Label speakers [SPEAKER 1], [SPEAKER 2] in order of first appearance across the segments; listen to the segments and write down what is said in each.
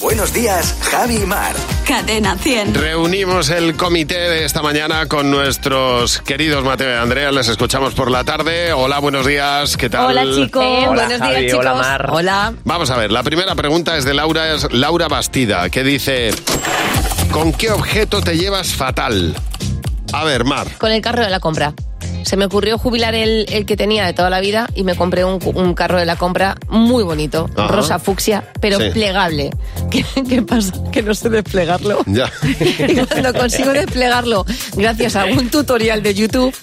[SPEAKER 1] Buenos días, Javi y Mar.
[SPEAKER 2] Cadena 100.
[SPEAKER 3] Reunimos el comité de esta mañana con nuestros queridos Mateo y Andrea. Les escuchamos por la tarde. Hola, buenos días. ¿Qué tal?
[SPEAKER 4] Hola, chicos. Eh,
[SPEAKER 5] Hola,
[SPEAKER 4] buenos
[SPEAKER 5] Javi,
[SPEAKER 4] días, chicos.
[SPEAKER 5] hola, Mar.
[SPEAKER 4] Hola.
[SPEAKER 3] Vamos a ver, la primera pregunta es de Laura, es Laura Bastida, que dice, ¿con qué objeto te llevas fatal? A ver, Mar.
[SPEAKER 5] Con el carro de la compra. Se me ocurrió jubilar el, el que tenía de toda la vida y me compré un, un carro de la compra muy bonito,
[SPEAKER 3] Ajá.
[SPEAKER 5] rosa fucsia, pero
[SPEAKER 3] Sí.
[SPEAKER 5] plegable. ¿Qué, qué pasa? Que no sé desplegarlo.
[SPEAKER 3] Ya.
[SPEAKER 5] Y cuando consigo desplegarlo, gracias a un tutorial de YouTube,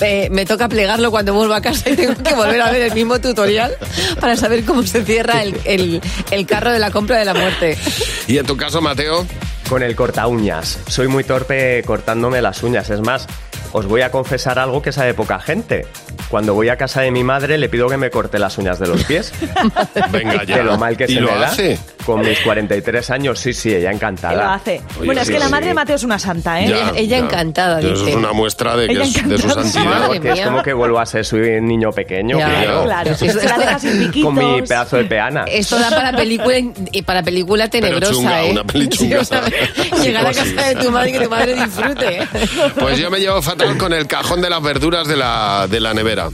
[SPEAKER 5] eh, me toca plegarlo cuando vuelvo a casa y tengo que volver a ver el mismo tutorial para saber cómo se cierra el, el- el carro de la compra de la muerte.
[SPEAKER 3] Y en tu caso, Mateo,
[SPEAKER 6] Con el corta uñas. Soy muy torpe cortándome las uñas. Es más, os voy a confesar algo que sabe poca gente. Cuando voy a casa de mi madre le pido que me corte las uñas de los pies.
[SPEAKER 3] venga ya.
[SPEAKER 6] De lo mal que
[SPEAKER 3] ¿Y
[SPEAKER 6] se
[SPEAKER 3] lo
[SPEAKER 6] me da.
[SPEAKER 3] hace?
[SPEAKER 6] Con mis 43 años, sí, sí, ella encantada.
[SPEAKER 4] Que lo hace.
[SPEAKER 3] Oye,
[SPEAKER 4] bueno, es
[SPEAKER 3] sí,
[SPEAKER 4] que la
[SPEAKER 3] sí.
[SPEAKER 4] madre de Mateo es una santa, ¿eh?
[SPEAKER 5] Ella- ella encantada,
[SPEAKER 3] Eso
[SPEAKER 5] dice.
[SPEAKER 3] es una muestra de, que
[SPEAKER 4] Ella
[SPEAKER 3] es, de su
[SPEAKER 4] encantada.
[SPEAKER 3] santidad.
[SPEAKER 5] Madre
[SPEAKER 6] Porque es
[SPEAKER 5] mía.
[SPEAKER 6] como que vuelvo a ser su niño pequeño.
[SPEAKER 5] Ya.
[SPEAKER 6] claro.
[SPEAKER 4] Claro.
[SPEAKER 5] Sí,
[SPEAKER 4] Se la deja sin piquitos.
[SPEAKER 6] Con mi pedazo de peana.
[SPEAKER 5] Esto da para película y para película tenebrosa,
[SPEAKER 3] chunga,
[SPEAKER 5] ¿eh?
[SPEAKER 3] una peli
[SPEAKER 5] Sí,
[SPEAKER 3] chunga.
[SPEAKER 5] o sea, llegar a
[SPEAKER 3] Psicosis.
[SPEAKER 5] casa de tu madre y que tu madre disfrute. ¿eh?
[SPEAKER 3] Pues yo me llevo fatal con el cajón de las verduras de la, de la nevera.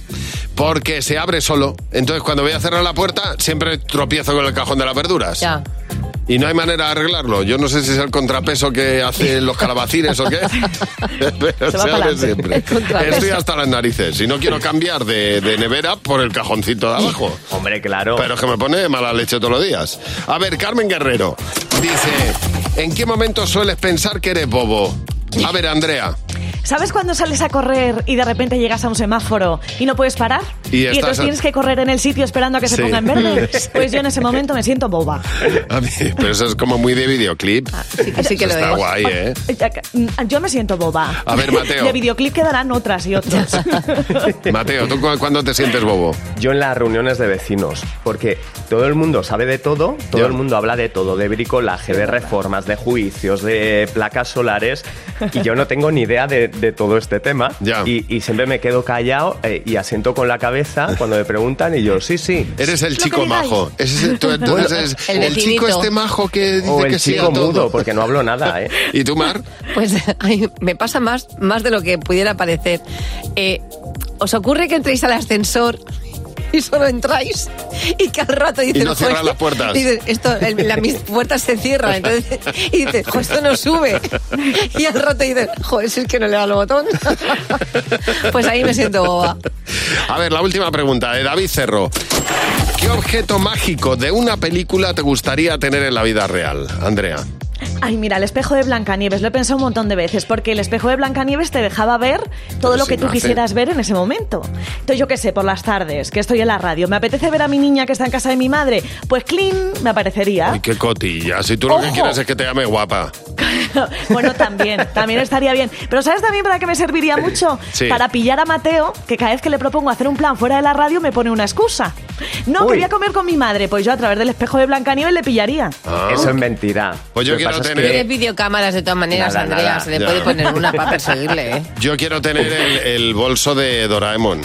[SPEAKER 3] Porque se abre solo. Entonces, cuando voy a cerrar la puerta, siempre tropiezo con el cajón de las verduras.
[SPEAKER 5] Ya.
[SPEAKER 3] Y no hay manera de arreglarlo. Yo no sé si es el contrapeso que hacen los calabacines o qué. Pero
[SPEAKER 4] Se
[SPEAKER 3] se,
[SPEAKER 4] va pa'lante.
[SPEAKER 3] abre siempre.
[SPEAKER 5] El contrapeso.
[SPEAKER 3] Estoy hasta las narices. Y no quiero cambiar de, de nevera por el cajoncito de abajo.
[SPEAKER 6] Hombre, claro.
[SPEAKER 3] Pero es que me pone de mala leche todos los días. A ver, Carmen Guerrero dice: ¿En qué momento sueles pensar que eres bobo? A ver, Andrea.
[SPEAKER 4] ¿Sabes cuando sales a correr y de repente llegas a un semáforo y no puedes parar?
[SPEAKER 3] Y estás
[SPEAKER 4] entonces
[SPEAKER 3] a-
[SPEAKER 4] tienes que correr en el sitio esperando a que
[SPEAKER 3] Sí.
[SPEAKER 4] se ponga en verde. Pues yo en ese momento me siento boba.
[SPEAKER 3] A mí, pero eso es como muy de videoclip.
[SPEAKER 5] Sí que, sí Ah, que
[SPEAKER 3] Eso
[SPEAKER 5] lo
[SPEAKER 3] está
[SPEAKER 5] es.
[SPEAKER 3] guay, ¿eh?
[SPEAKER 4] Yo me siento boba.
[SPEAKER 3] A ver, Mateo.
[SPEAKER 4] De videoclip quedarán otras y otras.
[SPEAKER 3] Mateo, ¿tú cu- cuándo te sientes bobo?
[SPEAKER 6] Yo en las reuniones de vecinos, porque todo el mundo sabe de todo, todo
[SPEAKER 3] Ya.
[SPEAKER 6] el mundo habla de todo, de bricolaje, de reformas, de juicios, de placas solares, y yo no tengo ni idea de, de todo este tema.
[SPEAKER 3] Ya.
[SPEAKER 6] Y, y siempre me quedo callado eh, y asiento con la cabeza cuando me preguntan, y yo, sí, sí.
[SPEAKER 3] Eres el
[SPEAKER 4] Lo
[SPEAKER 3] chico
[SPEAKER 4] que digáis.
[SPEAKER 3] majo. Ese es- tú- tú eres
[SPEAKER 5] el
[SPEAKER 3] el, chico
[SPEAKER 5] vecinito.
[SPEAKER 3] este majo que dice
[SPEAKER 6] O
[SPEAKER 3] que
[SPEAKER 6] el
[SPEAKER 3] sí a
[SPEAKER 6] chico
[SPEAKER 3] todo.
[SPEAKER 6] mudo, porque no hablo nada, ¿eh?
[SPEAKER 3] ¿Y tú, Mar?
[SPEAKER 5] Pues ay, me pasa más, más de lo que pudiera parecer. Eh, ¿Os ocurre que entréis al ascensor y solo entráis y que al rato dices...
[SPEAKER 3] no cierran
[SPEAKER 5] "Jo,
[SPEAKER 3] las puertas".
[SPEAKER 5] dices, esto, el- la- mis puertas se cierran, entonces, y dices, "Jo, esto no sube. Y al rato dices, joder, si es que no le da el botón. Pues ahí me siento boba.
[SPEAKER 3] A ver, la última pregunta de David Cerro. ¿Qué objeto mágico de una película te gustaría tener en la vida real, Andrea?
[SPEAKER 4] Ay, mira, el espejo de Blancanieves, lo he pensado un montón de veces, porque el espejo de Blancanieves te dejaba ver todo
[SPEAKER 3] Pero
[SPEAKER 4] lo
[SPEAKER 3] si
[SPEAKER 4] que tú
[SPEAKER 3] no hace-
[SPEAKER 4] quisieras ver en ese momento. Entonces, yo qué sé, por las tardes, que estoy en la radio, me apetece ver a mi niña que está en casa de mi madre, pues clean, me aparecería.
[SPEAKER 3] Ay, qué cotilla. Si tú lo que
[SPEAKER 4] ¿Ah? Ojo.
[SPEAKER 3] quieres es que te llame guapa.
[SPEAKER 4] bueno, también, también estaría bien. Pero ¿sabes también para qué me serviría mucho?
[SPEAKER 3] Sí.
[SPEAKER 4] Para pillar a Mateo, que cada vez que le propongo hacer un plan fuera de la radio me pone una excusa. No,
[SPEAKER 6] Uy.
[SPEAKER 4] quería comer con mi madre, pues yo a través del espejo de Blancanieves le pillaría.
[SPEAKER 3] Ah.
[SPEAKER 6] Eso es mentira.
[SPEAKER 3] Pues yo
[SPEAKER 6] Lo que
[SPEAKER 3] quiero
[SPEAKER 6] pasa es que-
[SPEAKER 3] tener-
[SPEAKER 5] Tienes videocámaras de todas maneras,
[SPEAKER 6] Nada,
[SPEAKER 5] Andrea,
[SPEAKER 6] nada.
[SPEAKER 5] se le
[SPEAKER 3] Ya.
[SPEAKER 5] puede poner una para perseguirle. ¿eh?
[SPEAKER 3] Yo quiero tener el, el bolso de Doraemon.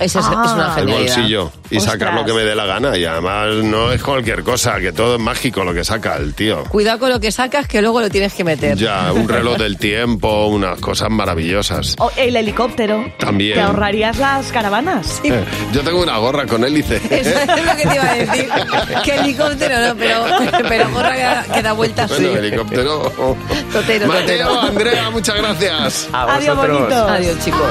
[SPEAKER 5] Eso es,
[SPEAKER 4] Ah.
[SPEAKER 5] es una
[SPEAKER 3] El
[SPEAKER 5] genialidad.
[SPEAKER 3] bolsillo. Y sacar
[SPEAKER 4] Ostras.
[SPEAKER 3] lo que me dé la gana. Y además no es cualquier cosa, que todo es mágico lo que saca el tío.
[SPEAKER 5] Cuidado con lo que sacas, que luego lo tienes que meter.
[SPEAKER 3] Ya, un reloj del tiempo, unas cosas maravillosas.
[SPEAKER 4] O el helicóptero.
[SPEAKER 3] También.
[SPEAKER 4] Te ahorrarías las caravanas.
[SPEAKER 3] Eh, Yo tengo una gorra con hélice.
[SPEAKER 5] Eso es lo que te iba a decir. Que helicóptero no, pero, pero gorra que da- que da vueltas
[SPEAKER 3] Bueno,
[SPEAKER 5] sí.
[SPEAKER 3] helicóptero.
[SPEAKER 5] Totero,
[SPEAKER 3] Mateo,
[SPEAKER 5] totero.
[SPEAKER 3] Andrea, muchas gracias.
[SPEAKER 6] A
[SPEAKER 4] Adiós,
[SPEAKER 6] vosotros.
[SPEAKER 4] bonito.
[SPEAKER 5] Adiós, chicos.